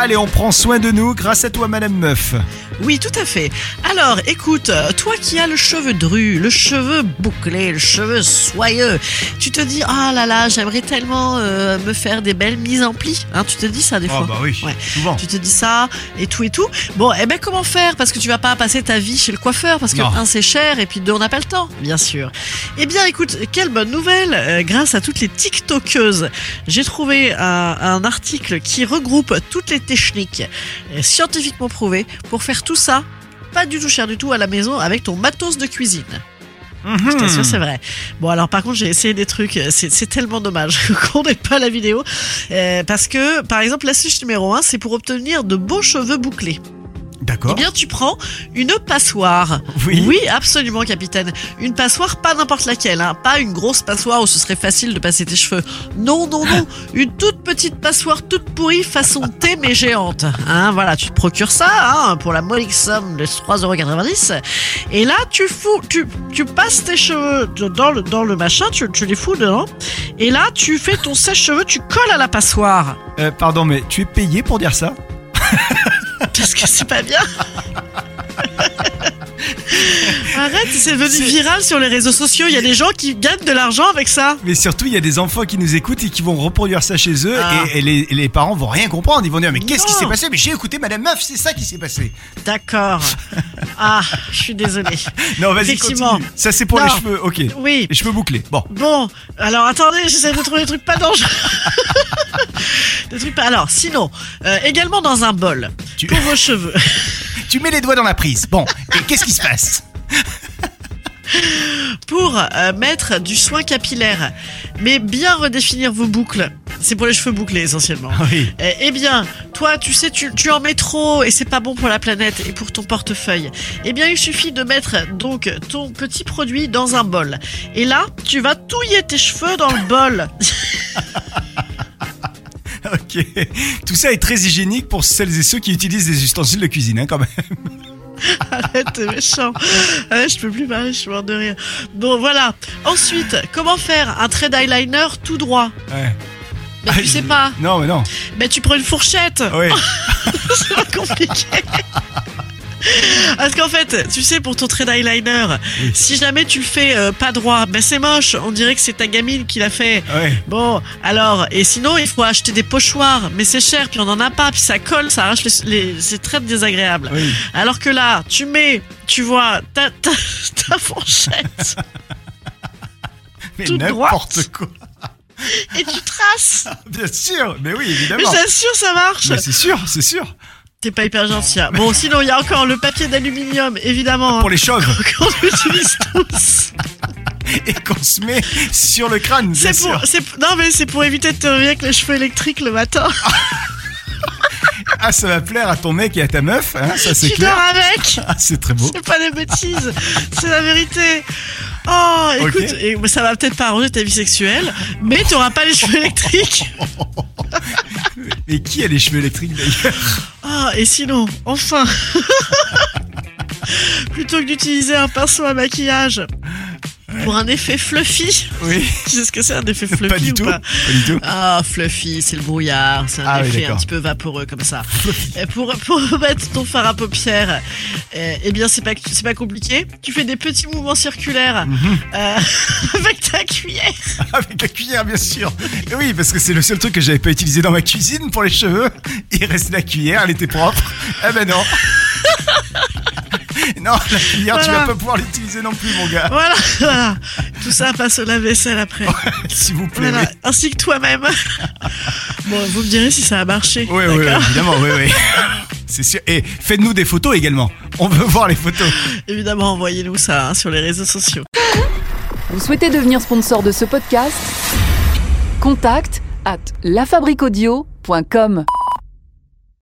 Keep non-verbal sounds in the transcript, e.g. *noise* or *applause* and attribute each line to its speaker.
Speaker 1: Allez, on prend soin de nous grâce à toi, Madame Meuf.
Speaker 2: Oui, tout à fait. Alors, écoute, euh, toi qui as le cheveu dru, le cheveu bouclé, le cheveu soyeux, tu te dis, ah là là, j'aimerais tellement euh, me faire des belles mises en plis. Hein, tu te dis ça des fois.
Speaker 1: Oh, bah oui,
Speaker 2: Ouais.
Speaker 1: souvent.
Speaker 2: Tu te dis ça et tout et tout. Bon, eh ben comment faire Parce que tu vas pas passer ta vie chez le coiffeur parce que
Speaker 1: Non.
Speaker 2: un c'est cher et puis deux on n'a pas le temps, bien sûr. Eh bien, écoute, quelle bonne nouvelle euh, Grâce à toutes les TikTokeuses, j'ai trouvé un, un article qui regroupe toutes les techniques euh, scientifiquement prouvées pour faire tout ça. Pas du tout cher du tout à la maison avec ton matos de cuisine. Je
Speaker 1: Mhm. Hmm.
Speaker 2: t'assure, c'est vrai. Bon, alors par contre, j'ai essayé des trucs. euh, C'est c'est tellement dommage *laughs* qu'on n'ait pas la vidéo. Euh, parce que, par exemple, l'astuce numéro 1, c'est pour obtenir de beaux cheveux bouclés. Eh
Speaker 1: D'accord.
Speaker 2: bien, tu prends une passoire.
Speaker 1: Oui.
Speaker 2: absolument, capitaine. Une passoire, pas n'importe laquelle. hein. Pas une grosse passoire où ce serait facile de passer tes cheveux. Non, non, non. Une toute petite passoire, toute pourrie, façon thé, mais géante. Hein, voilà, tu te procures ça hein, pour la modique somme de 3,90€. Et là, tu fous, tu, tu passes tes cheveux de- dans le, dans le machin, tu, tu les fous dedans. Et là, tu fais ton sèche-cheveux, tu colles à la passoire.
Speaker 1: Euh, pardon, mais tu es payé pour dire ça
Speaker 2: Parce que c'est pas bien. Arrête, c'est devenu
Speaker 1: C'est-
Speaker 2: viral sur les réseaux sociaux. Il y a des gens qui gagnent de l'argent avec ça.
Speaker 1: Mais surtout, il y a des enfants qui nous écoutent et qui vont reproduire ça chez eux
Speaker 2: Ah.
Speaker 1: et, et les, et les parents vont rien comprendre. Ils vont dire mais qu'est-ce qui
Speaker 2: Non.
Speaker 1: s'est passé Mais j'ai écouté Madame Meuf, c'est ça qui s'est passé.
Speaker 2: D'accord. Ah, je suis désolée.
Speaker 1: Non, vas-y
Speaker 2: Effectivement.
Speaker 1: continue. Ça c'est pour les
Speaker 2: Non.
Speaker 1: cheveux, ok. Les
Speaker 2: Oui.
Speaker 1: cheveux bouclés. Bon.
Speaker 2: Bon, alors attendez, j'essaie de trouver des trucs pas dangereux. des trucs pas. Alors, sinon, euh, également dans un bol
Speaker 1: Tu-
Speaker 2: pour vos cheveux.
Speaker 1: Tu mets les doigts dans la prise. Bon. Et qu'est-ce qui se
Speaker 2: *laughs*
Speaker 1: passe
Speaker 2: pour euh, mettre du soin capillaire, mais bien redéfinir vos boucles. C'est pour les cheveux bouclés essentiellement.
Speaker 1: Oui.
Speaker 2: Eh, eh bien, toi, tu sais, tu, tu en mets trop et c'est pas bon pour la planète et pour ton portefeuille. Eh bien, il suffit de mettre donc ton petit produit dans un bol. Et là, tu vas touiller tes cheveux dans le bol. *laughs*
Speaker 1: Ok. Tout ça est très hygiénique pour celles et ceux qui utilisent des ustensiles de cuisine, hein, quand même.
Speaker 2: T'es méchant. Ouais, je peux plus parler, je suis mort de rire. Bon, voilà. Ensuite, comment faire un trait d'eyeliner tout droit
Speaker 1: Ouais.
Speaker 2: Mais
Speaker 1: Ah,
Speaker 2: tu sais pas.
Speaker 1: Non, mais non.
Speaker 2: Mais tu prends une fourchette.
Speaker 1: Ouais.
Speaker 2: C'est pas compliqué. Parce qu'en fait, tu sais, pour ton trait d'eyeliner,
Speaker 1: Oui.
Speaker 2: si jamais tu le fais euh, pas droit, ben c'est moche. On dirait que c'est ta gamine qui l'a fait.
Speaker 1: Ouais.
Speaker 2: Bon, alors, et sinon, il faut acheter des pochoirs, mais c'est cher, puis on en a pas, puis ça colle, ça arrache les. les- c'est très désagréable.
Speaker 1: Oui.
Speaker 2: Alors que là, tu mets, tu vois, ta, ta, ta fourchette
Speaker 1: Mais
Speaker 2: Toute
Speaker 1: n'importe quoi. *laughs*
Speaker 2: et tu traces.
Speaker 1: Bien sûr, mais oui,
Speaker 2: Mais
Speaker 1: évidemment.
Speaker 2: je t'assure, ça marche.
Speaker 1: Ah, Mais c'est sûr, c'est sûr.
Speaker 2: T'es pas hyper gentil. hein. Bon, sinon, il y a encore le papier d'aluminium, évidemment. hein.
Speaker 1: Pour les chauves
Speaker 2: qu'on utilise tous.
Speaker 1: et qu'on se met sur le crâne, bien
Speaker 2: C'est pour,
Speaker 1: sûr.
Speaker 2: c'est, non mais c'est pour éviter de te réveiller avec les cheveux électriques le matin.
Speaker 1: Ah, ça va plaire à ton mec et à ta meuf, hein, ça c'est
Speaker 2: tu
Speaker 1: clair.
Speaker 2: dors avec.
Speaker 1: Ah, c'est très beau.
Speaker 2: C'est pas des bêtises, c'est la vérité. Oh,
Speaker 1: Ok.
Speaker 2: écoute, et- ça va peut-être pas arranger ta vie sexuelle, mais t'auras pas les cheveux électriques.
Speaker 1: Mais qui a les cheveux électriques d'ailleurs
Speaker 2: Ah, et sinon, enfin, *laughs* plutôt que d'utiliser un pinceau à maquillage pour un effet fluffy,
Speaker 1: Oui,
Speaker 2: tu sais ce que c'est un effet fluffy
Speaker 1: pas du
Speaker 2: ou
Speaker 1: tout.
Speaker 2: pas
Speaker 1: Pas du tout.
Speaker 2: Ah, Fluffy, c'est le brouillard, c'est un
Speaker 1: Ah oui,
Speaker 2: effet un
Speaker 1: d'accord.
Speaker 2: petit peu vaporeux comme ça. Et pour, pour mettre ton fard à paupières, euh, eh bien, c'est pas, c'est pas compliqué. Tu fais des petits mouvements circulaires
Speaker 1: Mhm.
Speaker 2: euh, *laughs* avec ta cuillère.
Speaker 1: Ah, Avec la cuillère, bien sûr. Et oui, parce que c'est le seul truc que j'avais pas utilisé dans ma cuisine pour les cheveux. Il restait la cuillère, elle était propre. Eh ben
Speaker 2: *laughs*
Speaker 1: non. Non, la cuillère, tu
Speaker 2: Voilà.
Speaker 1: vas pas pouvoir l'utiliser non plus, mon gars.
Speaker 2: Voilà, voilà. Tout ça passe au lave-vaisselle après.
Speaker 1: S'il vous plaît.
Speaker 2: Voilà, ainsi que
Speaker 1: *laughs*
Speaker 2: toi-même. Bon, vous me direz si ça a marché.
Speaker 1: Oui, oui,
Speaker 2: d'accord
Speaker 1: évidemment, oui,
Speaker 2: *laughs*
Speaker 1: oui. C'est sûr. Et faites-nous des photos également. On veut voir les photos.
Speaker 2: Évidemment, envoyez-nous ça hein, sur les réseaux sociaux.
Speaker 3: Vous souhaitez devenir sponsor de ce podcast Contact à lafabriquaudio.com.